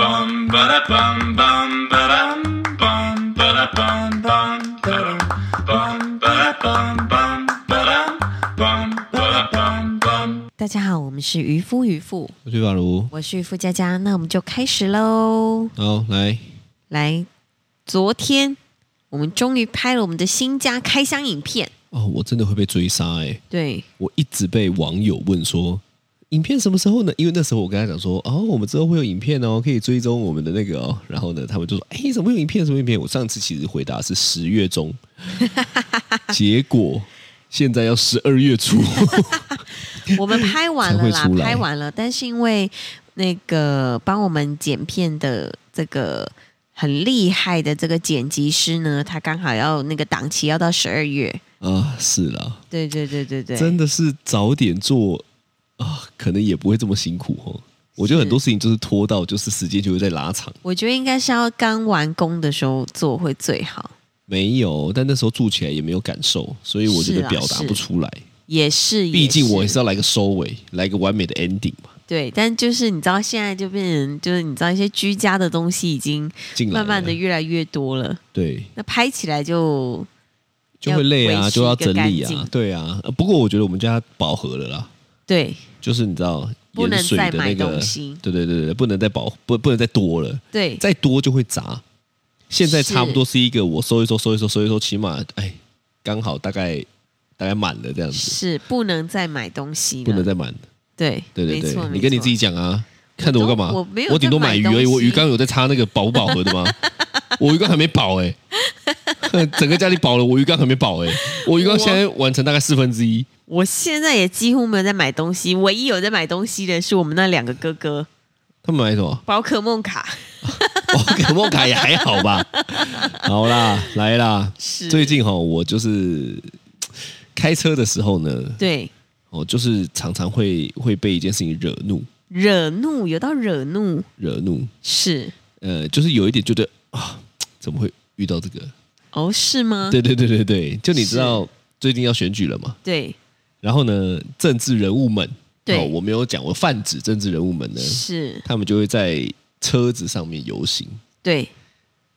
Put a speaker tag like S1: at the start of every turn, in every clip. S1: bum ba da bum bum ba dum bum ba da bum bum ba dum bum ba da bum bum ba dum bum ba da bum bum.
S2: 大家好，我们是渔夫渔妇，
S3: 我是法如，
S2: 我是付佳佳，那我们就开始喽。
S3: 好来，
S2: 来，昨天我们终于拍了我们的新家开箱影片，
S3: 哦，我真的会被追杀哎、
S2: 对，
S3: 我一直被网友问说，影片什么时候呢？因为那时候我跟他讲说，哦，我们之后会有影片哦，可以追踪我们的那个哦。然后呢，他们就说，哎，怎么会有影片？什么影片？我上次其实回答是十月中，结果现在要十二月初，
S2: 我们拍完了啦
S3: 才会，出来
S2: 拍完了，但是因为那个帮我们剪片的这个很厉害的这个剪辑师呢，他刚好要那个档期要到十二月，
S3: 啊，是啦，
S2: 对对对对对，
S3: 真的是早点做啊，可能也不会这么辛苦哦。我觉得很多事情就是拖到，就是时间就会在拉长。
S2: 我觉得应该是要刚完工的时候做会最好。
S3: 没有，但那时候住起来也没有感受，所以我觉
S2: 是
S3: 得
S2: 啊
S3: 表达
S2: 是
S3: 不出来。
S2: 也是，
S3: 毕竟我
S2: 也
S3: 也是要来个收尾，来个完美的 ending 嘛，
S2: 对，但就是你知道，现在就变成就是你知道一些居家的东西已经
S3: 进来
S2: 慢
S3: 了
S2: 慢的越来越多了，
S3: 对，
S2: 那拍起来就
S3: 就会累啊，
S2: 维持
S3: 就要整理
S2: 一个干净
S3: 啊，对啊。呃不过我觉得我们家饱和了啦，
S2: 对
S3: 就是你知道
S2: 不能
S3: 盐水
S2: 再
S3: 的
S2: 买
S3: 那个
S2: 东西，
S3: 对对对对，不能再饱不不能再多了，
S2: 对
S3: 再多就会砸。现在
S2: 是
S3: 差不多是一个我收一收收一收收一收，起码哎刚好大概大概满了这样子，
S2: 是啊不能再买东西
S3: 不
S2: 了，
S3: 能再满了。
S2: 对
S3: 对对
S2: 没
S3: 对
S2: 错，，
S3: 你跟你
S2: 没错
S3: 自己讲啊，看着我干嘛？
S2: 我没有
S3: 顶
S2: 在
S3: 多
S2: 买
S3: 买鱼
S2: 东
S3: 而已，我
S2: 西
S3: 鱼缸有在擦那个饱不饱和 的吗？我鱼缸还没饱哎、 整个家里饱了，我鱼缸还没饱哎、我鱼缸现在完成大概四分之一，
S2: 我现在也几乎没有在买东西，唯一有在买东西的是我们那两个哥哥
S3: 他们买什么？ 哦
S2: 宝可梦卡，
S3: 宝可梦卡也还好 吧？好啦，来啦，
S2: 是
S3: 最近哈，我就是开车的时候呢，
S2: 对
S3: 哦，就是常常会会被一件事情惹怒，
S2: 惹怒有到惹怒
S3: 惹怒，
S2: 是
S3: 呃，就是有一点觉得啊，怎么会遇到这个？
S2: 哦是吗？
S3: 对对对对对，就你知道最近要选举了嘛？
S2: 对
S3: 然后呢，政治人物们，
S2: 对
S3: 哦我没有讲，我泛指政治人物们呢，
S2: 是，
S3: 他们就会在车子上面游行。
S2: 对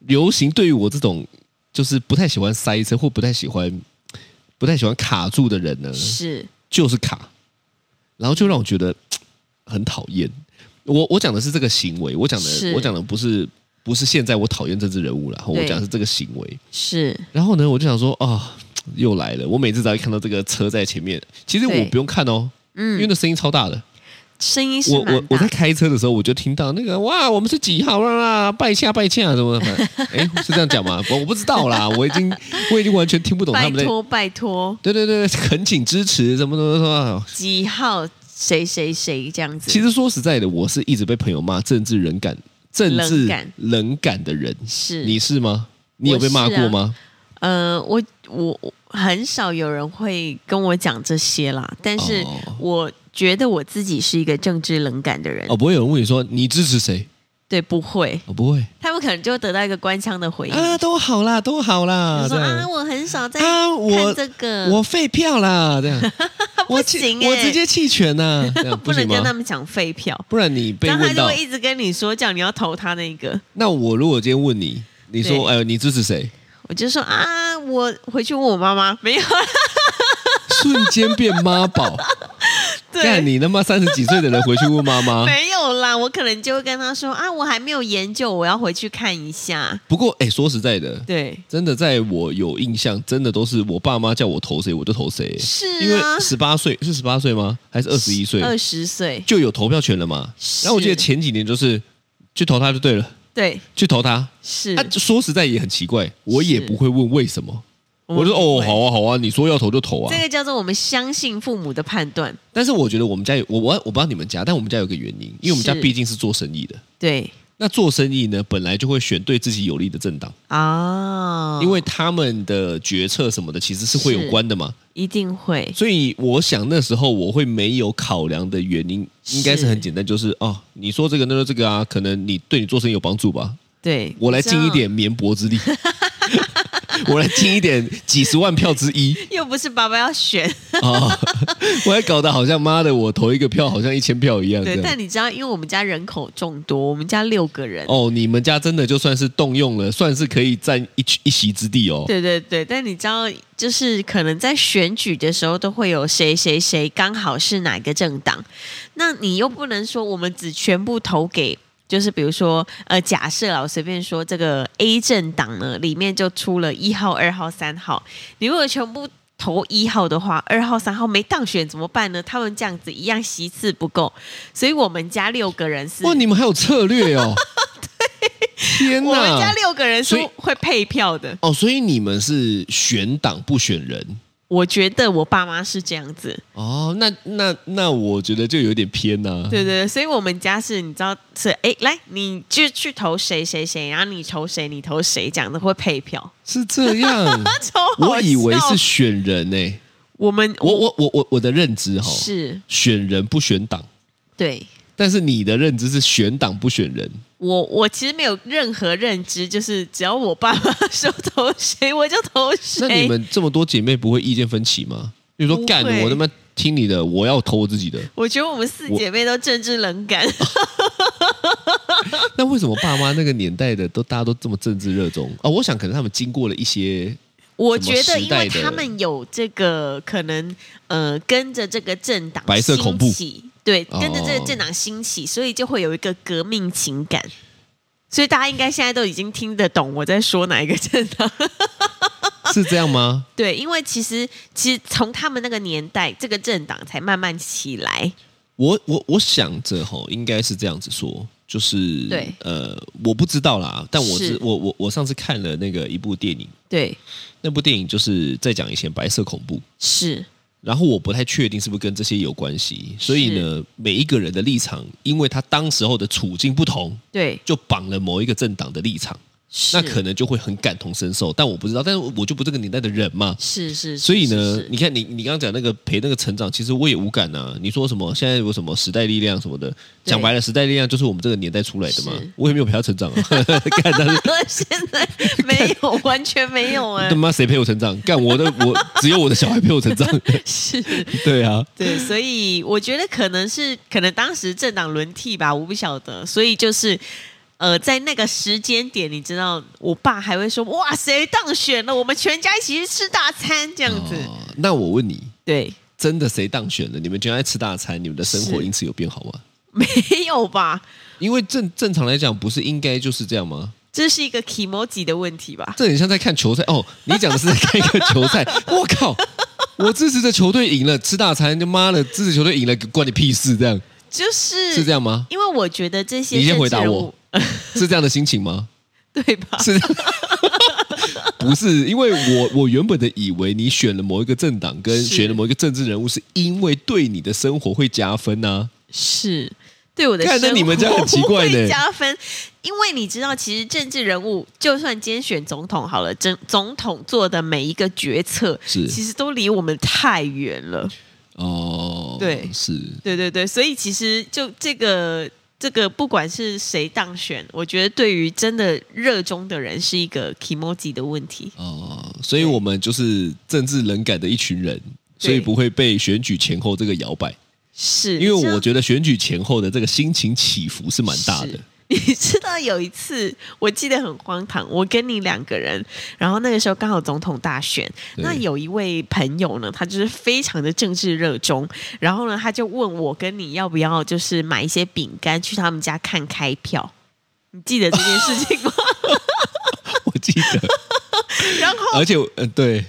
S3: 游行对于我这种就是不太喜欢塞车或不太喜欢不太喜欢卡住的人呢，
S2: 是
S3: 就是卡，然后就让我觉得嘖很讨厌。我我讲的是这个行为，我讲
S2: 是
S3: 的我讲的不是不是现在我讨厌政治人物了，我
S2: 对
S3: 讲的是这个行为。
S2: 是
S3: 然后呢，我就想说啊、又来了！我每次只要一看到这个车在前面，其实
S2: 对
S3: 我不用看哦，因为
S2: 嗯
S3: 那声音超大的。
S2: 声音是
S3: 我
S2: 蛮
S3: 我我
S2: 大
S3: 在开车的时候，我就听到那个哇，我们是几号啦啦，拜下拜下什么的， 哎，是这样讲吗？我我不知道啦，我已经我已经完全听不懂他
S2: 拜
S3: 们在。
S2: 托拜托，
S3: 对对对，恳请支持，什么什么什么。
S2: 几号谁谁谁这样子，
S3: 其实说实在的，我是一直被朋友骂政治冷感、政
S2: 冷
S3: 治
S2: 感
S3: 冷感的人。
S2: 是啊
S3: 你是吗？你有被骂过吗？
S2: 呃，我我我很少有人会跟我讲这些啦，但是
S3: 哦
S2: 我觉得我自己是一个政治冷感的人，
S3: 哦，不会有人问你说你支持谁？
S2: 对，不会，
S3: 哦，不会。
S2: 他们可能就得到一个官腔的回应，
S3: 啊，都好啦，都好啦，
S2: 就
S3: 这
S2: 说啊，
S3: 样
S2: 我很少在
S3: 啊，
S2: 看
S3: 我
S2: 这个，
S3: 我废票啦， 这样我弃
S2: 行欸
S3: 我直接弃 权呐，这样不
S2: 能
S3: 行
S2: 跟他
S3: 吗？
S2: 们讲废票。
S3: 不然你被
S2: 然后他
S3: 问
S2: 就
S3: 到
S2: 会，一直跟你说，叫你要投他那个，
S3: 那我如果今天问你，你说
S2: 对
S3: 哎，你支持谁？
S2: 我就说啊，我回去问我妈妈， 没有啊啦，
S3: 瞬间变妈宝，
S2: 对
S3: 干，你啊他妈三十几岁的人回去问妈妈。
S2: 没有啦，我可能就会跟他说啊，我还没有研究，我要回去看一下。
S3: 不过哎，说实在的，
S2: 对，
S3: 真的在我有印象，真的都是我爸妈叫我投谁我就投谁，因
S2: 是
S3: 为
S2: 啊，
S3: 十八岁是十八岁吗？还是二十一岁？
S2: 二十岁，
S3: 就有投票权了嘛。然后我记得
S2: 是
S3: 前几年就是去投他就对了，
S2: 对，
S3: 去投他。
S2: 是，
S3: 啊，就说实在也很奇怪，我也不会问为什么。
S2: 们
S3: 我就说
S2: 不
S3: 哦，
S2: 会
S3: 好啊，好啊，你说要投就投啊
S2: 这。个叫做我们相信父母的判断，
S3: 但是我觉得我们家有我我我不知道你们家，但我们家有个原因，因为我们家
S2: 是
S3: 毕竟是做生意的。
S2: 对
S3: 那做生意呢，本来就会选对自己有利的政党，
S2: 啊，
S3: 因为他们的决策什么的其实是会
S2: 是
S3: 有关的嘛。
S2: 一定会
S3: 所以我想那时候我会没有考量的原因，应该是
S2: 是
S3: 很简单，就是哦，你说这个那就这个啊，可能你对你做生意有帮助吧，
S2: 对，
S3: 我来
S2: 你知道
S3: 尽一，点绵薄之力。 我来尽一点几十万票之一
S2: 又不是爸爸要选，
S3: 啊、哦！ 我还搞得好像妈的，我投一个票好像一千票一样。
S2: 对
S3: 这。样
S2: 但你知道，因为我们家人口众多，我们家六个人，
S3: 哦，你们家真的就算是动用了，算是可以占一区一席之地哦。
S2: 对对对，但你知道，就是可能在选举的时候都会有谁谁谁刚好是哪个政党，那你又不能说我们只全部投给，就是比如说，呃，假设啊，我随便说这个 A 政党呢，里面就出了一号、二号、三号，你如果全部投一号的话，二号、三号没当选怎么办呢？他们这样子一样席次不够，所以我们家六个人是，
S3: 哇，
S2: 我
S3: 你们还有策 略哦！天
S2: 们家
S3: 哪！
S2: 六个人是
S3: 所以
S2: 会配票的。
S3: 哦，所以你们是选党不选人
S2: 我觉得我爸妈是这样子。
S3: 哦？那那那，我觉得就有点偏啊呐、
S2: 对对对，所以我们家是你知道是哎，来你就去投谁谁谁，然后你投谁你投谁，这样子会配 票。
S3: 是这样。
S2: 超好
S3: 我以为
S2: 笑
S3: 是选人呢、
S2: 我们
S3: 我我我我我的认知哈、
S2: 是
S3: 选人不选党，
S2: 对
S3: 但是你的认知是选党不选人。
S2: 我我其实没有任何认知，就是只要我爸妈说投谁我就投谁。
S3: 那你们这么多姐妹不会意见分歧吗？比如说
S2: 不
S3: 干
S2: 会，啊
S3: 我他妈听你的，我要投我自己的。
S2: 我觉得我们四
S3: 我
S2: 姐妹都政治冷感，
S3: 那为什么爸妈那个年代的都大家都这么政治热衷啊、我想可能他们经过了 一些
S2: 我觉
S3: 什
S2: 得
S3: 么时
S2: 因
S3: 代
S2: 为
S3: 的
S2: 他们有这个可能呃跟着这个政党
S3: 白色恐怖
S2: 兴起，对，
S3: 哦
S2: 跟着这个政党兴起，所以就会有一个革命情感。所以大家应该现在都已经听得懂我在说哪一个政党。
S3: 是这样吗？
S2: 对，因为其实其实从他们那个年代，这个政党才慢慢起来。
S3: 我我我想着吼，应该是这样子说，就是
S2: 对
S3: 呃，我不知道啦，但我是
S2: 是
S3: 我我我上次看了那个一部电影，
S2: 对，
S3: 那部电影就是在讲以前白色恐怖，
S2: 是
S3: 然后我不太确定是不是跟这些有关系，所以呢，每一个人的立场，因为他当时候的处境不同，
S2: 对，
S3: 就绑了某一个政党的立场，
S2: 是
S3: 那可能就会很感同身受，但我不知道，但是我就不这个年代的人嘛，
S2: 是是，是
S3: 所以呢
S2: 是，是
S3: 你看你你刚刚讲那个陪那个成长，其实我也无感呐、你说什么现在有什么时代力量什么的，
S2: 对
S3: 讲白了，时代力量就是我们这个年代出来的嘛
S2: 是。
S3: 我也没有陪他成 长啊，干他是
S2: 现在没有，完全没有 哎、
S3: 他妈谁陪我成长？干我的我只有我的小孩陪我成长。
S2: 是。
S3: 对啊，
S2: 对，所以我觉得可能是可能当时政党轮替吧，我不晓得，所以就是。呃，在那个时间点，你知道，我爸还会说：“哇，谁当选了？我们全家一起去吃大餐，这样子。
S3: 哦那我问你，
S2: 对，
S3: 真的谁当选了？你们就爱吃大餐，你们的生活
S2: 是
S3: 因此有变好吗？
S2: 没有吧？
S3: 因为正正常来讲，不是应该就是这样吗？
S2: 这是一个 e m o j i 的问题吧？
S3: 这很像在看球赛哦。你讲的是在看一个球 赛，我靠！我支持的球队赢了，吃大餐，就妈的支持球队赢了，关你屁事！这样
S2: 就是
S3: 是这样吗？
S2: 因为我觉得这些
S3: 你先
S2: 政
S3: 回
S2: 治
S3: 答
S2: 人
S3: 我
S2: 物，
S3: 是这样的心情吗？
S2: 对吧？
S3: 是 这样，不是？因为我我原本的以为你选了某一个政党，跟
S2: 是
S3: 选了某一个政治人物，是因为对你的生活会加分啊呐、
S2: 是对我的
S3: 看
S2: 生
S3: 得
S2: 活
S3: 你们家很奇怪呢
S2: 会加分，因为你知道，其实政治人物就算今天选总统好了，总总统做的每一个决策，
S3: 是
S2: 其实都离我们太远了。
S3: 哦，
S2: 对
S3: 是
S2: 对对对，所以其实就这个这个，不管是谁当选，我觉得对于真的热衷的人是一个 emoji 的问题。
S3: 哦，所以我们就是政治冷感的一群人，所以
S2: 对
S3: 不会被选举前后这个摇摆。
S2: 是
S3: 因为
S2: 这样
S3: 我觉得选举前后的这个心情起伏是蛮大的
S2: 是。 你知道有一次，我记得很荒唐，我跟你两个人，然后那个时候刚好总统大选，
S3: 对
S2: 那有一位朋友呢，他就是非常的政治热衷，然后呢，他就问我跟你要不要就是买一些饼干去他们家看开票，你记得这件事情 吗？
S3: 我记得，
S2: 然后
S3: 而且呃，对，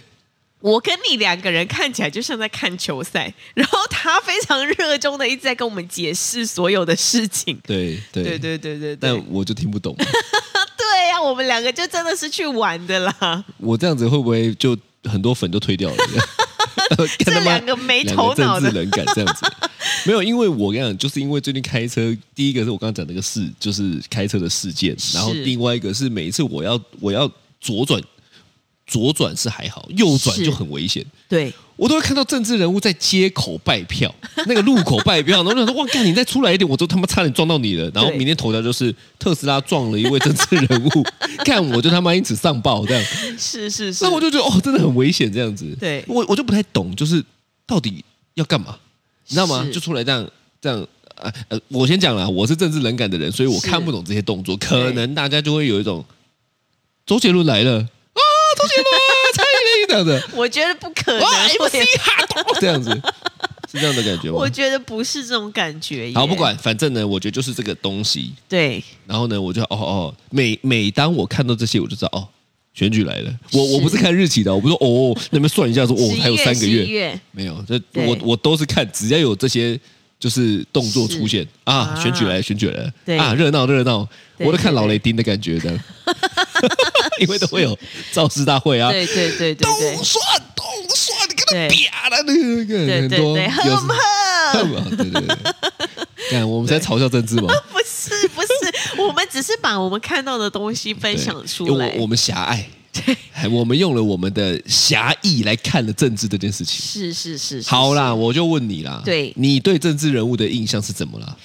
S2: 我跟你两个人看起来就像在看球赛，然后他非常热衷的一直在跟我们解释所有的事情。
S3: 对，对，
S2: 对对对对对，
S3: 但我就听不懂，
S2: 对啊呀、我们两个就真的是去玩的啦。
S3: 我这样子会不会就很多粉就推 掉了？
S2: 这
S3: 看他妈
S2: 两个没头脑的
S3: 两个政治冷感这样子，没有，因为我跟你讲，就是因为最近开车，第一个是我刚刚讲那个事，就是开车的事件，然后另外一个是每一次我要我要左转。左转是还好，右转
S2: 是
S3: 就很危险。
S2: 对，
S3: 我都会看到政治人物在街口拜票， 那个路口拜票，然后我想说，哇，干你再出来一点，我都他妈差点撞到你了。然后
S2: 对
S3: 明天头条就是特斯拉撞了一位政治人物， 看我就他妈因此上报这样。
S2: 是是是
S3: 那，我就觉得哦，真的很危险这样子。
S2: 对
S3: 我我就不太懂，就是到底要干嘛，你知道吗
S2: 是？
S3: 就出来这样这样。呃呃，我先讲了，我是政治冷感的人，所以我
S2: 是
S3: 看不懂这些动作，可能大家就会有一种周杰伦来了啊，周杰伦蔡依林这样子，
S2: 我觉得不可能
S3: 哇哎
S2: 会，
S3: ，MC 哈咚这样子，是这样的感觉吗
S2: 我？觉得不是这种感觉。
S3: 好，不，管，反正呢，我觉得就是这个东西。
S2: 对，
S3: 然后呢，我就哦哦，每每当我看到这些，我就知道哦，选举来了。我
S2: 是
S3: 我不是看日期的，我不是说哦，那边算一下说哦
S2: 十，一
S3: 还有三个
S2: 月，十一
S3: 月，
S2: 月
S3: 没有，这
S2: 对
S3: 我我都是看，只要有这些就是动作出现啊，
S2: 啊
S3: 选举来了选举来了
S2: 对
S3: 啊，热闹热闹，
S2: 对
S3: 我都看
S2: 对
S3: 老
S2: 对
S3: 雷丁的感觉的， 因为都会有造势大会啊，
S2: 对对对对
S3: 东
S2: 对
S3: 算东算，你跟
S2: 对
S3: 他啪了那个
S2: 对
S3: 很
S2: 对
S3: 多
S2: 对，
S3: 有
S2: 呵
S3: 时
S2: 不呵？
S3: 恨啊对对 对，看我们在嘲笑政治吗？
S2: 不是不是，我们只是把我们看到的东西分
S3: 对
S2: 享出
S3: 因为
S2: 来。
S3: 我我们狭隘，哎我们用了我们的狭义来看了政治这件事情。
S2: 是是是，是
S3: 好，啦，我就问你啦，
S2: 对
S3: 你对政治人物的印象是怎么啦？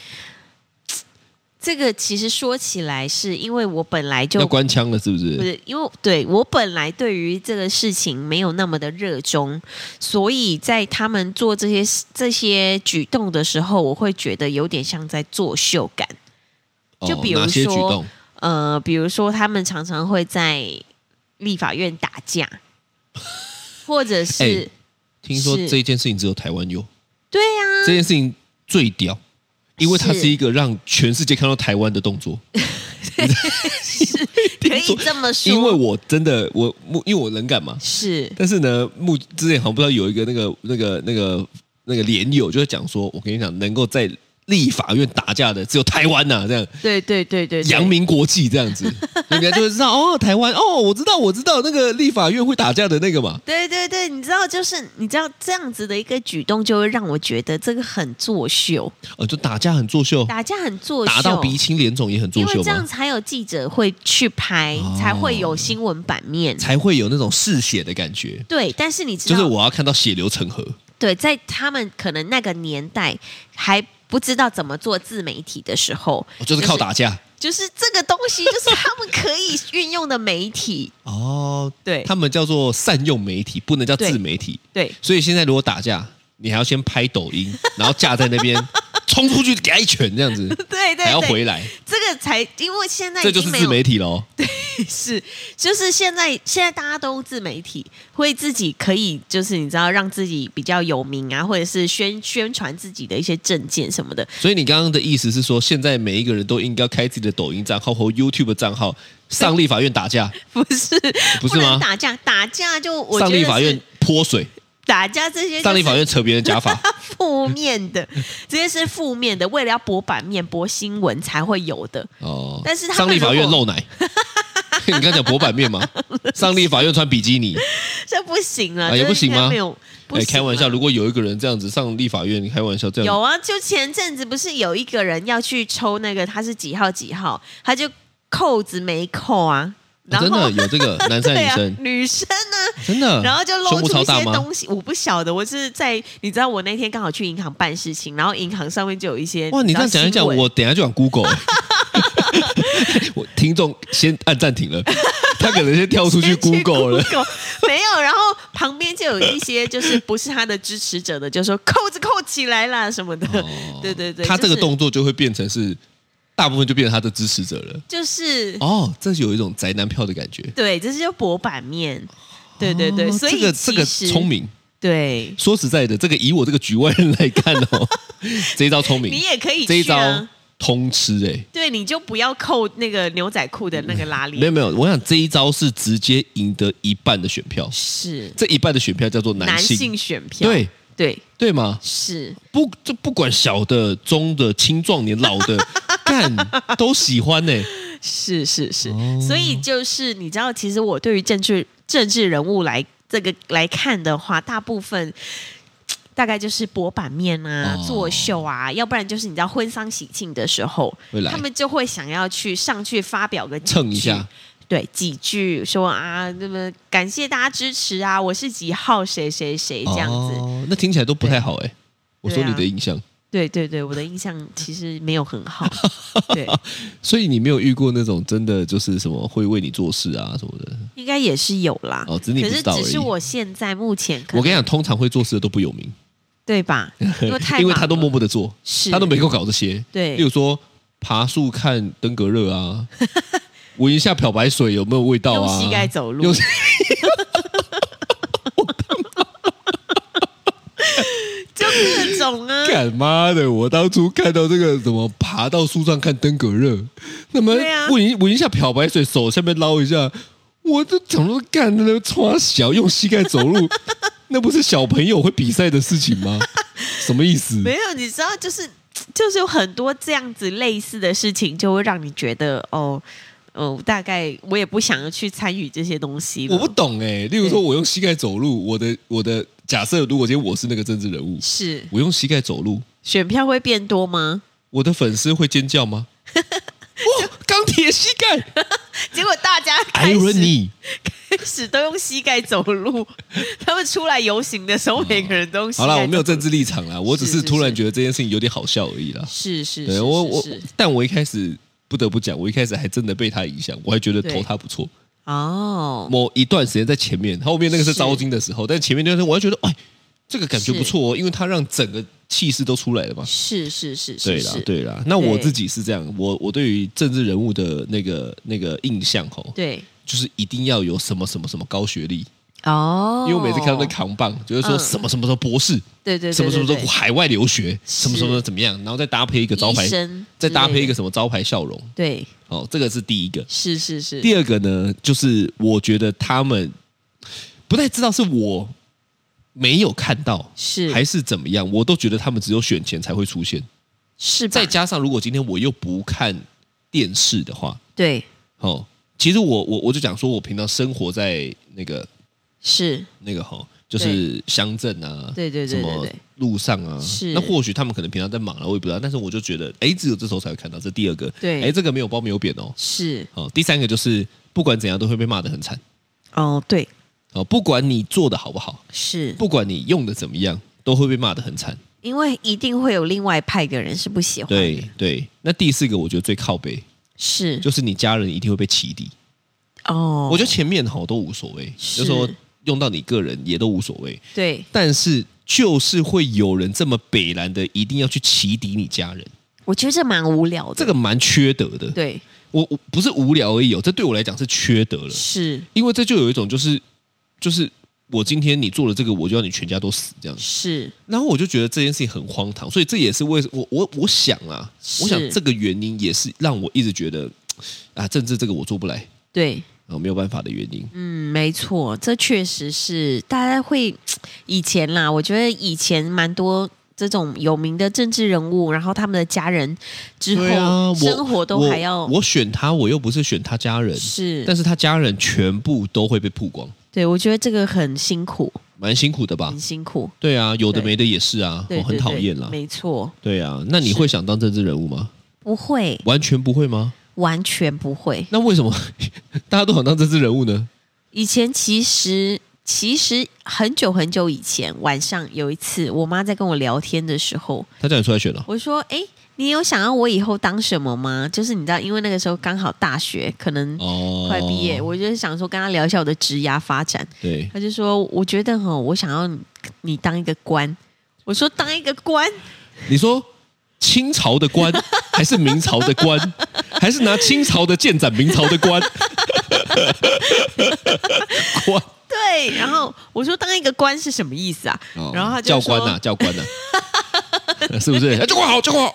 S2: 这个其实说起来，是因为我本来就
S3: 要关枪了是不是？
S2: 不是因为对我本来对于这个事情没有那么的热衷，所以在他们做这些这些举动的时候，我会觉得有点像在作秀感。
S3: 哦
S2: 就比如
S3: 哪些举
S2: 说
S3: 动？
S2: 呃，比如说他们常常会在立法院打架，或者是、
S3: 哎听说
S2: 是
S3: 这件事情只有台湾有，
S2: 对呀、
S3: 这件事情最屌，因为它
S2: 是
S3: 是一个让全世界看到台湾的动作。
S2: 可以这么说，
S3: 因为我真的我因为我能干嘛，
S2: 是
S3: 但是呢，目之前好像不知道有一个那个那个那个那个连友，就是讲说，我跟你讲，能够在立法院打架的只有台湾啊呐、这样
S2: 对对对对对
S3: 扬名国际这样子，人家就会知道哦，台湾哦，我知道我知道那个立法院会打架的那个嘛，
S2: 对对对，你知道，就是你知道这样子的一个举动，就会让我觉得这个很作秀，
S3: 哦，就打架很作秀，
S2: 打架很作秀，
S3: 打到鼻青脸肿也很作
S2: 因为
S3: 秀
S2: 这样
S3: 嘛，
S2: 才有记者会去拍，
S3: 哦
S2: 才会有新闻版面。
S3: 才会有那种嗜血的感觉，
S2: 对，但是你知
S3: 就
S2: 道，
S3: 是我要看到血流成河，
S2: 对，在他们可能那个年代还不知道怎么做自媒体的时候，
S3: 哦就是靠打架。
S2: 就是，就是这个东西，就是他们可以运用的媒体。
S3: 哦，
S2: 对
S3: 他们叫做善用媒体，不能叫
S2: 对
S3: 自媒体。
S2: 对，
S3: 所以现在如果打架，你还要先拍 抖音，然后架在那边冲出去给他一拳，这样子
S2: 对对
S3: 还要
S2: 对，
S3: 回来，
S2: 这个才因为现在
S3: 这
S2: 已
S3: 就是
S2: 经没
S3: 自
S2: 有
S3: 媒体喽。
S2: 是，就是现在现在大家都自媒体，会自己可以就是你知道让自己比较有名啊，或者是宣宣传自己的一些证件什么的。
S3: 所以你刚刚的意思是说，现在每一个人都应该开自己的抖音账号或 YouTube 账号上立法院打架，
S2: 不是，
S3: 不是
S2: 能
S3: 吗
S2: 打架，打架就我觉
S3: 上
S2: 得
S3: 立法
S2: 是
S3: 院泼水，
S2: 打架这些
S3: 上立法
S2: 就是
S3: 院扯别人 假发。
S2: 负面 的，这些是负面的，为了要博版面、博新闻才会有的。
S3: 哦，
S2: 但是他们
S3: 上立法院
S2: 如果
S3: 露 奶。你刚讲博版面嘛，上立法院穿比基尼，
S2: 这不行了，
S3: 啊也
S2: 这
S3: 不行
S2: 应该
S3: 吗
S2: 没有，不
S3: 哎，
S2: 行
S3: 开玩
S2: 啦
S3: 笑，如果有一个人这样子上立法院，开玩笑这样
S2: 有啊，就前阵子不是有一个人要去抽那个他是几号几号，他就扣子没扣啊，
S3: 哦
S2: 然后、
S3: 真的有这个男
S2: 对
S3: 生女
S2: 啊
S3: 生，，
S2: 女生呢、
S3: 真的，
S2: 然后就露
S3: 啊胸部
S2: 出
S3: 超
S2: 一
S3: 大
S2: 些
S3: 吗？
S2: 东西，我不晓得，我是在你知道我那天刚好去银行办事情，然后银行上面就有一些
S3: 哇，你
S2: 知
S3: 这
S2: 道
S3: 样讲一讲，
S2: 新闻
S3: 我等一下就想 Google 欸。我听众先按暂 停了，他可能先跳出去
S2: 先
S3: Google 了。
S2: Google 没有，然后旁边就有一些就是不是他的支持者的，就说扣子扣起来啦什么的，对对对，
S3: 哦他这
S2: 就
S3: 个
S2: 是
S3: 动作就会变成是，大部分就变成他的支持者了。
S2: 就是
S3: 哦，这是有一种宅男票的感觉。
S2: 对，这是就博版面。对对对，
S3: 哦
S2: 所以
S3: 这个这个
S2: 其实
S3: 聪明，
S2: 对，
S3: 说实在的，这个以我这个局外人来看 哦，这一招聪明
S2: 你，也可以
S3: 这一
S2: 去啊
S3: 招通吃哎。
S2: 对，你就不要扣那个牛仔裤的那个拉
S3: 没有
S2: 链，
S3: 没有，我想这一招是直接赢得一半的选票，
S2: 是
S3: 这一半的选票叫做
S2: 男
S3: 性，
S2: 性选票，
S3: 对
S2: 对
S3: 对吗？
S2: 是，
S3: 不，这不管小的、中的、青壮年、老 的，干都喜欢呢、
S2: 是是是，
S3: 哦
S2: 所以就是你知道，其实我对于政治政治人物来这个来看的话，大部分。大概就是博版面啊、
S3: 哦
S2: 作秀啊，要不然就是你知道婚丧喜庆的时候
S3: 会，来
S2: 他们就会想要去上去发表个几
S3: 蹭一
S2: 句
S3: 下，
S2: 对几句说啊，那么感谢大家支持啊，我是几号谁谁谁这样子。
S3: 哦，那听起来都不太好哎、我说
S2: 对啊
S3: 你的印象，
S2: 对对对，我的印象其实没有很 好。对，
S3: 所以你没有遇过那种真的就是什么会为你做事啊什么的
S2: 应该也是有啦。
S3: 哦，只是你
S2: 可
S3: 不
S2: 是
S3: 知道而
S2: 只
S3: 已。
S2: 是我现在目前可能，
S3: 我跟你讲，通常会做事的都不有名，
S2: 对 吧？因为太
S3: 因为
S2: 忙
S3: 他都
S2: 了
S3: 默默的做，
S2: 是
S3: 他都没空搞这些。例
S2: 对
S3: 如说爬树看登革 热啊，闻一下漂白水有没有味道
S2: 用
S3: 啊，
S2: 膝盖走路
S3: 用，
S2: 就各种啊。
S3: 干妈的！我当初看到这个怎么爬到树上看登革热，那么
S2: 对啊
S3: 闻一闻一下漂白水，手下面捞一下，我这怎么干的呢？穿小用膝盖走 路，那不是小朋友会比赛的事情吗？什么意思？
S2: 没有，你知道，就是就是有很多这样子类似的事情，就会让你觉得哦，哦，大概我也不想要去参与这些东西了。
S3: 我不懂哎、例如说，我用膝盖走路，我的我的假设，如果今天我是那个政治 人物，
S2: 是
S3: 我用膝盖走路，
S2: 选票会变多吗？
S3: 我的粉丝会尖叫吗？哇，钢铁膝盖
S2: 结果大家开
S3: ，Iron
S2: 始
S3: y
S2: 开始都用膝盖走路， 他们出来游行的时候，每个人都用膝
S3: 哦好
S2: 盖
S3: 啦，我没有
S2: 走
S3: 政治立场啦，我只
S2: 是
S3: 是
S2: 是
S3: 突然
S2: 是
S3: 觉得这件事情有点好笑而已啦。
S2: 是是
S3: 对
S2: 是
S3: 我
S2: 是
S3: 我
S2: 是，
S3: 但我一开始不得不讲，我一开始还真的被他影响，我还觉得
S2: 对
S3: 投他不错。
S2: 哦，
S3: 某一段时间在前面，后面那个是
S2: 是
S3: 招金的时候，但前面那段时间我还觉得，哎，这个感觉
S2: 是
S3: 不错哦，因为他让整个气势都出来了嘛。
S2: 是是是
S3: 对
S2: 是
S3: 啦，
S2: 是，
S3: 对啦。那我
S2: 对
S3: 自己是这样，我我对于政治人物的那个那个印象吼，
S2: 对
S3: 就是一定要有什么什么什么高学历，
S2: 哦，
S3: 因为我每次看到那扛棒，就是说
S2: 嗯
S3: 什么什么什么博士，
S2: 对对对
S3: 什么什么什
S2: 对
S3: 么
S2: 对
S3: 海外留学，
S2: 是
S3: 什么什么怎么样，然后再搭配一个招牌
S2: 医，生
S3: 再搭
S2: 之类
S3: 配一个
S2: 的
S3: 什么招牌笑容，
S2: 对，
S3: 哦，这个是第一个。
S2: 是是是，
S3: 第二个呢，就是我觉得他们不太知道是我没有看到，
S2: 是
S3: 还是怎么样，我都觉得他们只有选前才会出现。
S2: 是吧
S3: 再加上，如果今天我又不看电视的话，
S2: 对
S3: 哦，其实我我我就讲说，我平常生活在那个
S2: 是
S3: 那个哈，就是乡镇啊，
S2: 对对对对
S3: 什么
S2: 对
S3: 路上啊，
S2: 是
S3: 那或许他们可能平常在忙啊了，我也不知道，但是我就觉得，哎，只有这时候才会看到，这第二个，
S2: 对
S3: 哎，这个没有褒没有贬哦，
S2: 是
S3: 哦，第三个就是不管怎样都会被骂的很惨，
S2: 哦，对
S3: 哦，不管你做的好不好，
S2: 是，
S3: 不管你用的怎么样，都会被骂的很惨，
S2: 因为一定会有另外一派的人是不喜欢的，
S3: 对对，那第四个我觉得最靠背，
S2: 是
S3: 就是你家人一定会被起底，
S2: 哦，
S3: 我觉得前面吼都无所谓，
S2: 是
S3: 就说用到你个人也都无所谓，
S2: 对，
S3: 但是就是会有人这么北蓝的，一定要去起底你家人，
S2: 我觉得这蛮无聊的，
S3: 这个蛮缺德的。
S2: 对
S3: 我我不是无聊而已哦，这对我来讲是缺德了，
S2: 是
S3: 因为这就有一种就是就是我今天你做了这个，我就要你全家都死这样。
S2: 是
S3: 然后我就觉得这件事情很荒唐，所以这也是为我我我想啊，
S2: 是
S3: 我想这个原因也是让我一直觉得啊，政治这个我做不来
S2: 对，
S3: 啊，没有办法的原因。
S2: 嗯，没错，这确实是大家会以前啦，我觉得以前蛮多。这种有名的政治人物，然后他们的家人之后、
S3: 对啊，我
S2: 生活都还要
S3: 我我选他，我又不是选他家人，
S2: 是，
S3: 但是他家人全部都会被曝光。
S2: 对我觉得这个很辛苦，
S3: 蛮辛苦的吧
S2: 很？辛苦。
S3: 对啊，有的
S2: 嗯对
S3: 没的也是啊，
S2: 对
S3: 我很
S2: 对
S3: 讨
S2: 对
S3: 厌啦。
S2: 没错，
S3: 对啊，那你
S2: 是
S3: 会想当政治人物吗？
S2: 不会，
S3: 完全不会吗？
S2: 完全不会。
S3: 那为什么 大家都想当政治人物呢？
S2: 以前其实其实很久很久以前，晚上有一次，我妈在跟我聊天的时候，
S3: 他叫你出来选了、
S2: 我说：“哎，你有想要我以后当什么吗？”就是你知道，因为那个时候刚好大学可能
S3: 哦，
S2: 嗯快毕业，我就是想说跟她聊一下我的职涯发展。
S3: 对，
S2: 她就说：“我觉得哈，我想要你你当一个官。”我说：“当一个官。”
S3: 你说清朝 的官还是明朝的官，还是拿清朝的剑斩明朝的 官？官
S2: 对，然后我说当一个官是什么意思啊？
S3: 哦
S2: 然后他就
S3: 教官呐、
S2: 说
S3: 啊，教官 呐、啊，是不是？哎教官好，教官好，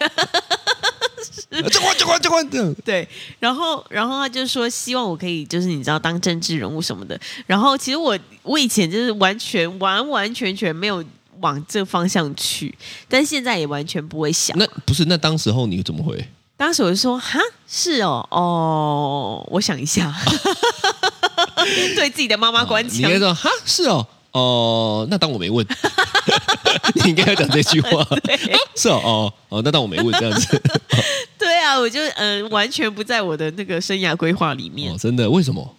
S3: 哎教官教官教官这样。
S2: 对，然后然后他就说希望我可以就是你知道当政治人物什么的。然后其实我我以前就是完全完完全全没有往这方向去，但现在也完全不会想。
S3: 那不是？那当时候你怎么回？
S2: 当时我就说哈是哦哦，我想一下， 对自己的妈妈关
S3: 哦你应
S2: 枪
S3: 该。说哈是哦，哦、那当我没问。你应该要讲这句话，是哦哦哦，那当我没问这样子，
S2: 对啊，我就嗯、呃完全不在我的那个生涯规划里 面
S3: 哦，，真的为什么？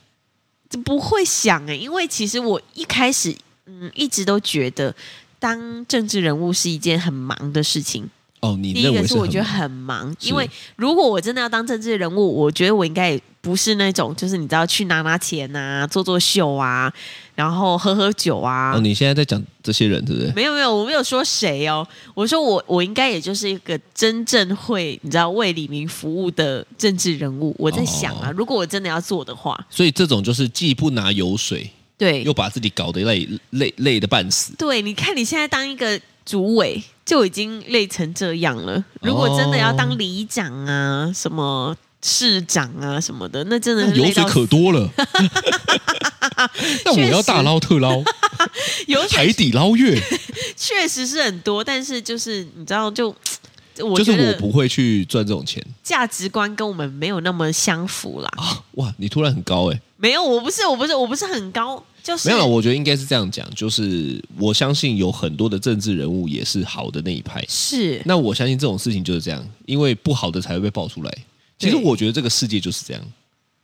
S2: 这不会想哎、因为其实我一开始嗯一直都觉得当政治人物是一件很忙的事情。
S3: 哦，你
S2: 第
S3: 认
S2: 一
S3: 为
S2: 个是
S3: 是
S2: 我
S3: 很
S2: 觉得
S3: 忙
S2: 很忙，
S3: 是
S2: 因为如果我真的要当政治人物，我觉得我应该也不是那种就是你知道去拿拿钱啊、做做秀啊，然后喝喝酒啊。
S3: 哦，你现在在讲这些人，对不对？
S2: 没有没有，我没有说谁哦，我说我我应该也就是一个真正会你知道为李明服务的政治人物。我在想啊，
S3: 哦
S2: 如果我真的要做的话，
S3: 所以这种就是既不拿油水，
S2: 对
S3: 又把自己搞得累累累的半死。
S2: 对，你看你现在当一个主委就已经累成这样了，如果真的要当里长啊、什么市长啊什么的，那真的
S3: 哦那
S2: 是
S3: 油
S2: 累
S3: 水
S2: 到
S3: 可多了， 但我要大捞 特捞，
S2: 油
S3: 海
S2: 水
S3: 底捞月，
S2: 确实是很多，但是就是你知道就。我
S3: 就
S2: 觉
S3: 是我
S2: 得
S3: 不会去赚这种钱
S2: 价值观跟我们没有那么相符啦。
S3: 啊！哇，你突然很高哎、
S2: 没有，我不是，我不是，我不是很高，就是
S3: 没有啦，我觉得应该是这样讲，就是我相信有很多的政治人物也是好的那一派，
S2: 是
S3: 那我相信这种事情就是这样，因为不好的才会被爆出来。其实
S2: 对
S3: 我觉得这个世界就是这样，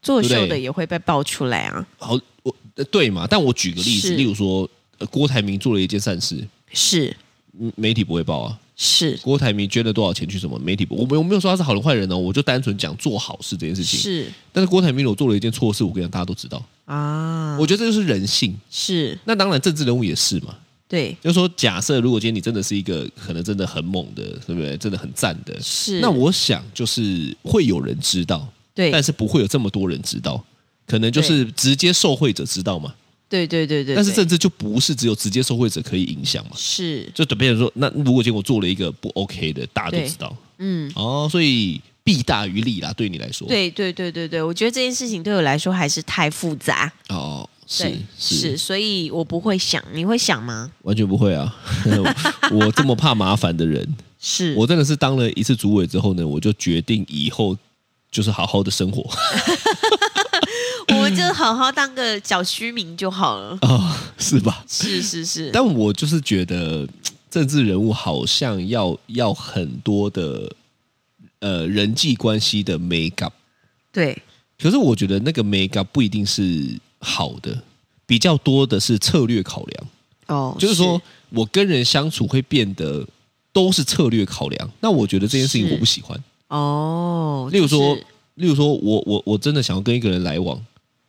S2: 作秀
S3: 对
S2: 的也会被爆出来啊。
S3: 好，我呃对嘛？但我举个例子，
S2: 是
S3: 例如说、呃郭台铭做了一件善事，
S2: 是
S3: 嗯媒体不会报啊。
S2: 是
S3: 郭台铭捐了多少钱去什么？媒体不，我没我没有说他是好人坏人哦，我就单纯讲做好事这件事情。
S2: 是
S3: 但是郭台铭如果做了一件错事，我跟你讲，大家都知道。
S2: 啊，
S3: 我觉得这就是人性。
S2: 是
S3: 那当然，政治人物也是嘛。
S2: 对
S3: 就是说，假设如果今天你真的是一个可能真的很猛的，对不对？真的很赞的，
S2: 是。
S3: 那我想就是会有人知道，
S2: 对
S3: 但是不会有这么多人知道，可能就是直接受贿者知道嘛。
S2: 对对对对，
S3: 但是
S2: 对
S3: 政治就不是只有直接受贿者可以影响嘛。
S2: 是
S3: 就等别人说，那如果结果做了一个不 OK 的，大家都
S2: 对
S3: 知道
S2: 嗯，
S3: 哦，所以弊大于利啦，对你来说，
S2: 对对对对对，我觉得这件事情对我来说还是太复杂，
S3: 哦，是
S2: 对
S3: 是
S2: 所以我不会想，你会想吗？
S3: 完全不会啊， 我这么怕麻烦的人，
S2: 是
S3: 我真的是当了一次主委之后呢，我就决定以后就是好好的生活
S2: 我们就好好当个小虚名就好了。
S3: 哦，是吧？
S2: 是是是，
S3: 但我就是觉得政治人物好像要要很多的呃人际关系的 make up，
S2: 对
S3: 可是我觉得那个 make up 不一定是好的，比较多的是策略考量，
S2: 哦，
S3: 就是说我跟人相处会变得都是策略考量。那我觉得这件事情
S2: 是
S3: 我不喜欢。
S2: 哦，
S3: 例如说
S2: 就是，
S3: 例如说我我我真的想要跟一个人来往。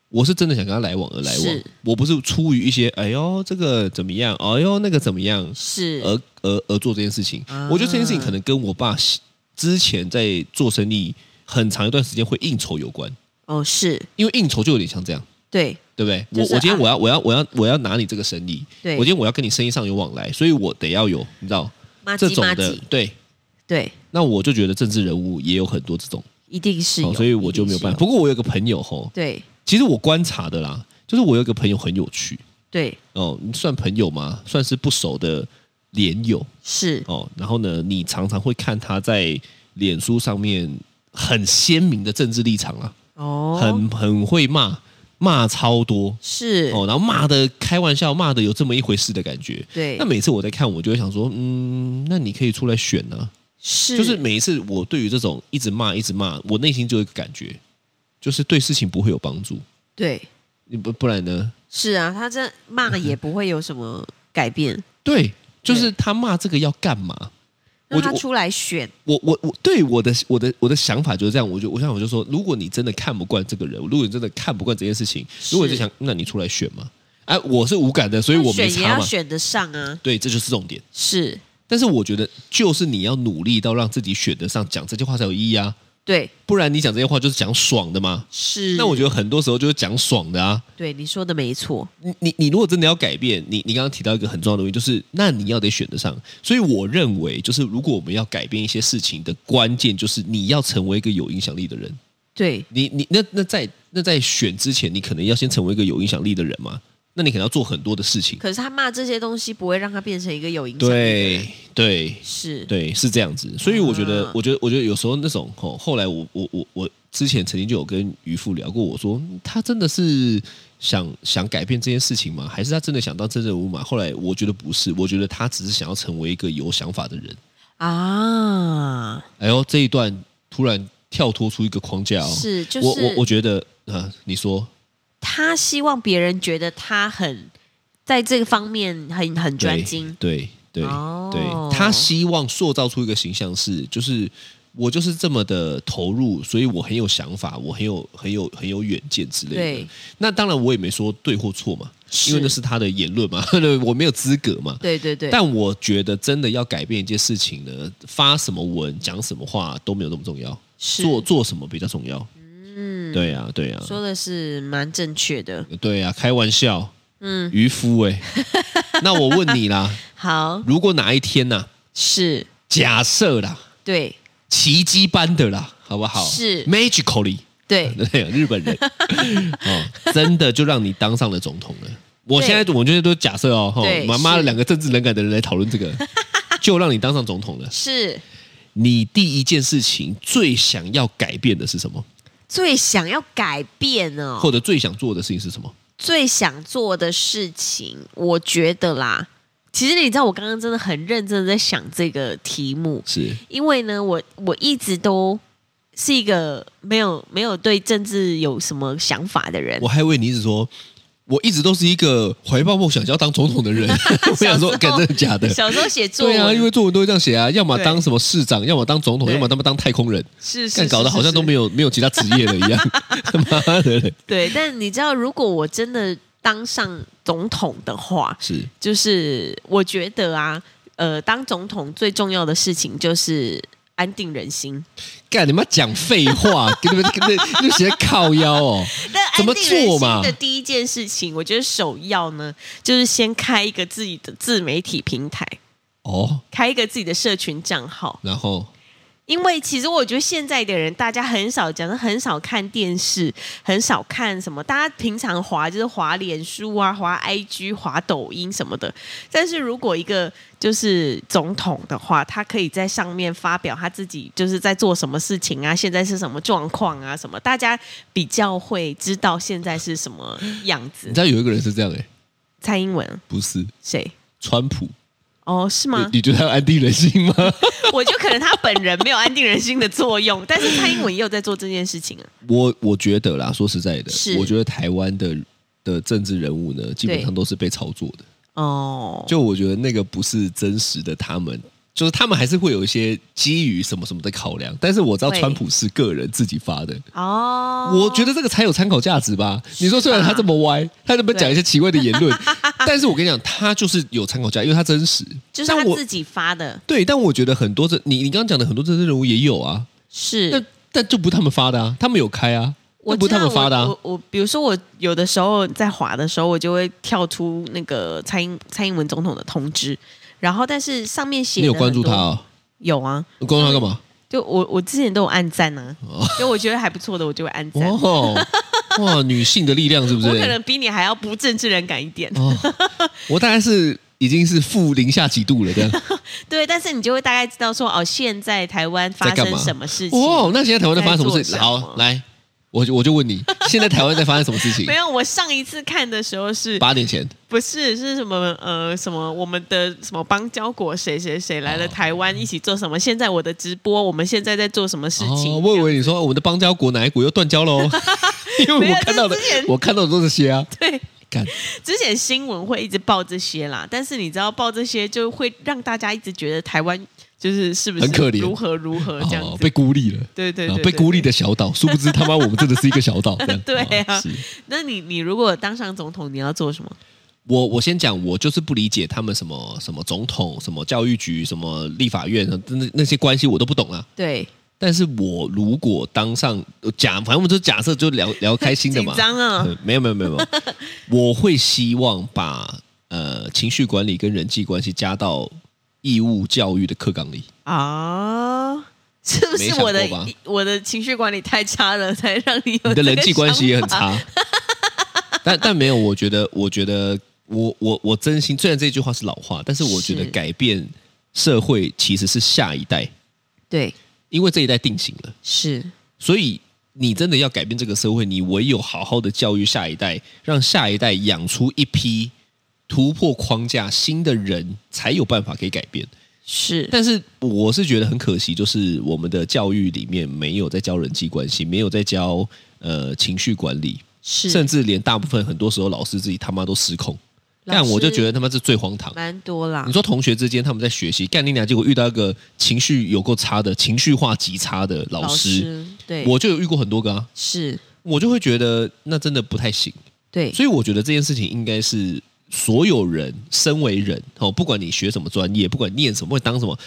S3: 我是真的想跟他来往而来往
S2: 是，
S3: 我不是出于一些哎呦这个怎么样，哎呦那个怎么样，
S2: 是
S3: 而而而做这件事情。
S2: 啊
S3: 我觉得这件事情可能跟我爸之前在做生意很长一段时间会应酬有关，
S2: 哦是
S3: 因为应酬就有点像这样，
S2: 对
S3: 对不对？
S2: 就是
S3: 我我今天
S2: 啊
S3: 我要我要我要我要拿你这个生意，
S2: 对，
S3: 我今天我要跟你生意上有往来，所以我得要有你知道
S2: 麻
S3: 这
S2: 吉
S3: 种
S2: 麻
S3: 的
S2: 吉，
S3: 对。
S2: 对，
S3: 那我就觉得政治人物也有很多这种，
S2: 一定是有，
S3: 哦所以我就没有办
S2: 一
S3: 法。
S2: 定是
S3: 不过我有个朋友吼，
S2: 对
S3: 其实我观察的啦，就是我有个朋友很有趣
S2: 对
S3: 哦，你算朋友吗？算是不熟的连友，
S2: 是
S3: 哦，然后呢，你常常会看他在脸书上面很鲜明的政治立场啊，
S2: 哦，
S3: 很很会骂，骂超多
S2: 是
S3: 哦，然后骂的开玩笑，骂的有这么一回事的感觉。
S2: 对
S3: 那每次我在看，我就会想说，嗯，那你可以出来选呢、
S2: 是
S3: 就是每一次我对于这种一直骂、一直骂，我内心就有一个感觉，就是对事情不会有帮助。
S2: 对
S3: 你不不然呢？
S2: 是啊，他这骂也不会有什么改变，
S3: 对，就是
S2: 对
S3: 他骂这个要干嘛？ 我
S2: 让
S3: 就
S2: 他出来选
S3: 我我我对我的我的我的想法就是这样，我就我想我就说，如果你真的看不惯这个人，如果你真的看不惯这件事情，如果你就想，那你出来选嘛。哎、我是无感的，所以我
S2: 选也
S3: 没差
S2: 要
S3: 嘛。
S2: 选得上啊，
S3: 对，这就是重点。
S2: 是
S3: 但是我觉得，就是你要努力到让自己选得上，讲这些话才有意义啊。
S2: 对
S3: 不然你讲这些话就是讲爽的嘛。
S2: 是。
S3: 那我觉得很多时候就是讲爽的啊。
S2: 对你说的没错，
S3: 你你你如果真的要改变，你你刚刚提到一个很重要的问题，就是那你要得选得上。所以我认为，就是如果我们要改变一些事情的关键，就是你要成为一个有影响力的人。
S2: 对
S3: 你你那那在那在选之前，你可能要先成为一个有影响力的人嘛？那你可能要做很多的事情。
S2: 可是他骂这些东西不会让他变成一个有影响力的人，
S3: 对对
S2: 是，
S3: 对，是这样子。所以我觉得，
S2: 啊
S3: 我觉得，我觉得有时候那种哦，后来我我我我之前曾经就有跟渔夫聊过，我说嗯他真的是想想改变这件事情吗？还是他真的想当真人物嘛？后来我觉得不是，我觉得他只是想要成为一个有想法的人。
S2: 啊，
S3: 哎呦，这一段突然跳脱出一个框架哦，
S2: 是就
S3: 我我
S2: 是
S3: 我觉得啊，你说
S2: 他希望别人觉得他很在这个方面很很
S3: 对
S2: 专精，
S3: 对对、
S2: 哦
S3: 对，他希望塑造出一个形象是，就是我就是这么的投入，所以我很有想法，我很有很有很有远见之类的
S2: 对。
S3: 那当然，我也没说对或错嘛，
S2: 是
S3: 因为那是他的言论嘛， 对我没有资格嘛。
S2: 对对对，
S3: 但我觉得，真的要改变一件事情呢，发什么文、讲什么话都没有那么重要，
S2: 是
S3: 做做什么比较重要。
S2: 嗯，
S3: 对呀、对呀、啊
S2: 说的是蛮正确的，
S3: 对呀、开玩笑，
S2: 嗯，
S3: 渔夫 哎、那我问你啦，
S2: 好
S3: 如果哪一天呐、
S2: 是，
S3: 假设啦，
S2: 对
S3: 奇迹般的啦，好不好？
S2: 是
S3: magically，
S2: 对，
S3: 对，日本 人哦，真的就让你当上了总统了。我现在我觉得都假设哦，吼
S2: 对
S3: 妈妈
S2: 是
S3: 两个政治冷感的人来讨论 这个，就让你当上总统了。
S2: 是
S3: 你第一件事情最想要改变的是什么，
S2: 最想要改变哦，
S3: 或者最想做的事情是什么？
S2: 最想做的事情，我觉得啦，其实你知道，我刚刚真的很认真的在想这个题目，
S3: 是
S2: 因为呢，我我一直都是一个没有没有对政治有什么想法的人
S3: 我。还以为你一直说，我一直都是一个怀抱梦想要当总统 的人。我想说，干真的假的？
S2: 小时候写作
S3: 对
S2: 文，
S3: 啊，因为作文都会这样写啊，要么
S2: 对
S3: 当什么市长，要么当总统，
S2: 对
S3: 要么他们当太空人，
S2: 是是
S3: 干搞得好像都没
S2: 有
S3: 有没有其他职业了一样。 妈的嘞，
S2: 对。但你知道，如果我真的当上总统的话，
S3: 是
S2: 就是我觉得啊，呃，当总统最重要的事情就是安定人心。
S3: 干你妈讲废话， 给你们跟那那些靠腰哦，
S2: 但
S3: 怎么
S2: 安定人
S3: 做
S2: 心
S3: 嘛
S2: 的第一件事情，我觉得首要呢，就是先开一个自己的自媒体平台，
S3: 哦，
S2: 开一个自己的社群账号。
S3: 然后
S2: 因为其实我觉得现在的人，大家很少讲，很少看电视，很少看什么，大家平常滑就是滑脸书啊，滑 IG、滑抖音什么的。但是如果一个就是总统的话，他可以在上面发表他自己就是在做什么事情啊，现在是什么状况啊，什么，大家比较会知道现在是什么样子
S3: 你知。道有一个人是这样哎、
S2: 蔡英文
S3: 不是
S2: 谁？
S3: 川普，
S2: 哦，是吗
S3: 你？你觉得他有安定人 心吗？
S2: 我就可能他本人没有安定人心的作用，但是蔡英文也有在做这件事情啊。
S3: 我我觉得啦，说实在的，
S2: 是
S3: 我觉得台湾的的政治人物呢，基本上都是被操作的。
S2: 哦，
S3: 就我觉得那个不是真实的他们，就是他们还是会有一些基于什么什么的考量。但是我知道
S2: 会
S3: 川普是个人自己发的，
S2: 哦，啊
S3: 我觉得这个才有参考价值吧。你说虽然他这么歪，他这么讲
S2: 对
S3: 一些奇怪的言论，但是我跟你讲，他就是有参考价，因为他真实。
S2: 就是
S3: 但
S2: 他
S3: 我
S2: 自己发的，
S3: 对，但我觉得很多这你你刚刚讲的很多政治人物也有啊，但
S2: 是。
S3: 但就不是他们发的啊，他们有开啊，
S2: 我
S3: 那不是
S2: 知
S3: 他
S2: 道
S3: 们发的
S2: 我。
S3: 啊
S2: 我我比如说我有的时候在滑的时候，我就会跳出那个蔡英蔡英文总统的通知，然后但是上面写
S3: 你
S2: 的
S3: 有关注
S2: 很
S3: 他
S2: 多？
S3: 啊？
S2: 有啊，
S3: 关注他 干嘛？
S2: 就我我之前都有按赞啊，就我觉得还不错的，我就会按赞。
S3: 哦，哇，女性的力量是不是？
S2: 我可能比你还要不政治人感一点，
S3: 哦，我大概是已经是负零下几度了，这 样。
S2: 对，但是你就会大概知道说哦，现在台湾发
S3: 在干
S2: 生
S3: 嘛
S2: 什么事情。
S3: 哦，那现在台湾在发生什么
S2: 在
S3: 事
S2: 做什么
S3: 好，来，我就我就问你，现在台湾在发生什么事 情
S2: 没？有，我上一次看的时候是
S3: 八年前，
S2: 不是，是什么呃什么我们的什么邦交国谁谁谁来了台湾一起做什么？现在我的直播，我们现在在做什么事情？
S3: 哦，我以为你说我们的邦交国哪一国又断交喽， 因为
S2: 没有
S3: 我看到的
S2: 这是之前
S3: 我看到的都是些啊，
S2: 对，
S3: 看
S2: 之前新闻会一直报这些啦，但是你知道报这些就会让大家一直觉得台湾就是是不是
S3: 很可怜
S2: 如何如何这样
S3: 哦，
S2: 子。
S3: 被孤立了。
S2: 对对
S3: 啊
S2: 对，对
S3: 被孤立。的小岛，殊不知他妈我们真的是一个小 岛。这样
S2: 对啊
S3: 哦是
S2: 对那你你如果当上总统，你要做什么？
S3: 我我先讲，我就是不理解他们什么什么总统、什么教育局、什么立法院那那些关系，我都不懂啊。
S2: 对，
S3: 但是我如果当上呃假，反正我们就假设就 聊聊开心的
S2: 紧
S3: 嘛。
S2: 张啊，
S3: 嗯没有没有没有，没有 我会希望把呃情绪管理跟人际关系加到义务教育的课 纲里。
S2: 啊，是不
S3: 没
S2: 是
S3: 想
S2: 我的
S3: 过吧
S2: 我的情绪管理太差了，才让你有
S3: 你的
S2: 这
S3: 人
S2: 个
S3: 际关系也很
S2: 想法？
S3: 差， 但但没有，我觉得我觉得我我我真心，虽然这句话是老话，但是我觉得
S2: 是
S3: 改变社会其实是下一代，
S2: 对，
S3: 因为这一代定型了，
S2: 是
S3: 所以你真的要改变这个社会，你唯有好好的教育下一代，让下一代养出一批突破框架新的人，才有办法可以改变。
S2: 是
S3: 但是我是觉得很可惜，就是我们的教育里面没有在教人际关系，没有在教呃情绪管理，
S2: 是，
S3: 甚至连大部分很多时候老师自己他妈都失控。
S2: 老
S3: 但我就
S2: 师
S3: 觉得他妈是最荒唐。
S2: 蛮多啦
S3: 你。说同学之间他们在学习，干你俩结果遇到一个情绪有够差的、情绪化极差的老师，
S2: 师对，
S3: 我就有遇过很多个啊，
S2: 是
S3: 我就会觉得那真的不太行。
S2: 对
S3: 所以我觉得这件事情应该是所有人身为人哦，不管你学什么专业，不管念什么，或者当什么，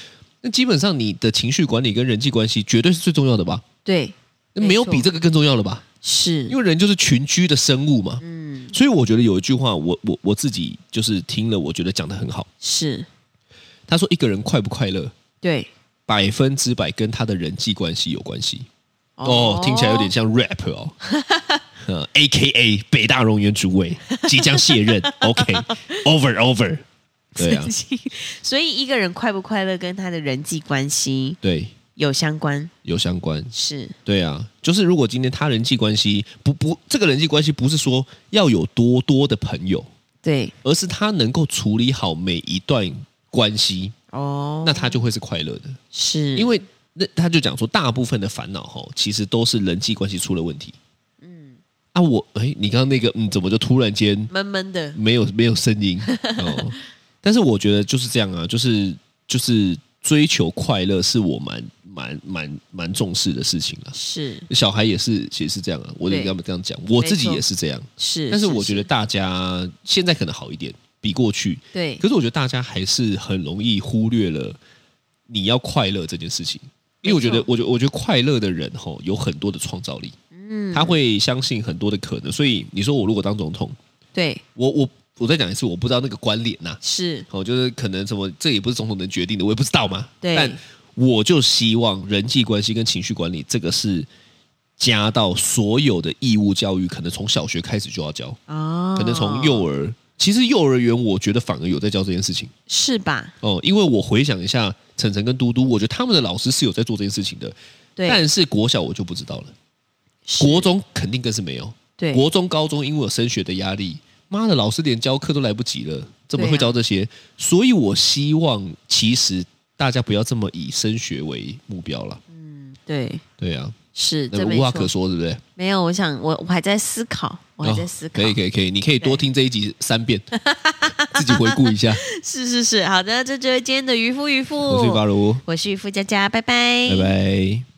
S3: 那基本上你的情绪管理跟人际关系绝对是最重要的吧？
S2: 对，
S3: 那没有
S2: 错
S3: 比这个更重要了吧？
S2: 是
S3: 因为人就是群居的生物嘛。
S2: 嗯
S3: 所以我觉得有一句话，我我我自己就是听了，我觉得讲的很好。
S2: 是，
S3: 他说，一个人快不快乐，
S2: 对
S3: 百分之百跟他的人际关系有关系。哦，听起来有点像 rap 哦。 呃，A K A 北大荣源主 委即将卸任，OK，over over，对啊
S2: 刺，激。 所以一个人快不快乐跟他的人际关系
S3: 对，
S2: 有相关，
S3: 有相关，
S2: 是
S3: 对啊，就是如果今天他人际关系不不，这个人际关系不是说要有多多的朋友，
S2: 对
S3: 而是他能够处理好每一段关系，
S2: 哦，
S3: 那他就会是快乐的，
S2: 是
S3: 因为那他就讲说，大部分的烦恼吼，其实都是人际关系出了问题。嗯，啊，我哎，你刚刚那个嗯，怎么就突然间
S2: 闷闷的，
S3: 没有没有 声音哦。但是我觉得就是这样啊，就是就是追求快乐是我蛮蛮蛮蛮重视的事情啊。
S2: 是
S3: 小孩也是也是这样啊，我得
S2: 对
S3: 跟他们这样讲，我自己也是这样。
S2: 是，
S3: 但是
S2: 是
S3: 我觉得大家现在可能好一点，比过去，
S2: 对
S3: 可是我觉得大家还是很容易忽略了你要快乐这件事情。因为我觉得
S2: 没，错
S3: 我觉得，我觉得快乐的人吼、有很多的创造力，嗯，他会相信很多的可能。所以你说我如果当总统，
S2: 对
S3: 我我我再讲一次，我不知道那个关联呐、
S2: 是，
S3: 哦，就是可能什么，这也不是总统能决定的，我也不知道嘛。
S2: 对
S3: 但我就希望人际关系跟情绪管理这个是加到所有的义务教育，可能从小学开始就要教，
S2: 哦，
S3: 可能从幼儿。其实幼儿园我觉得反而有在教这件事情
S2: 是吧？
S3: 哦，因为我回想一下晨晨跟嘟嘟，我觉得他们的老师是有在做这件事情的，
S2: 对，
S3: 但是国小我就不知道了，
S2: 是
S3: 国中肯定更是没有。
S2: 对
S3: 国中、高中因为有升学的压力，妈的，老师连教课都来不及了，怎么
S2: 对啊
S3: 会教这些？所以我希望，其实大家不要这么以升学为目标了。
S2: 对
S3: 对啊，
S2: 是，
S3: 那
S2: 这
S3: 个
S2: 没
S3: 无话
S2: 错
S3: 可。说，对不对？
S2: 没有，我想我我还在思考，我还在
S3: 哦
S2: 思考。
S3: 可以，可以，可以，你可以多
S2: 对
S3: 听这一集三 遍，自己回顾一下。
S2: 是 是是，好的，这就是今天的渔夫渔夫，
S3: 我是发如，
S2: 我是渔夫佳佳，拜拜，
S3: 拜拜。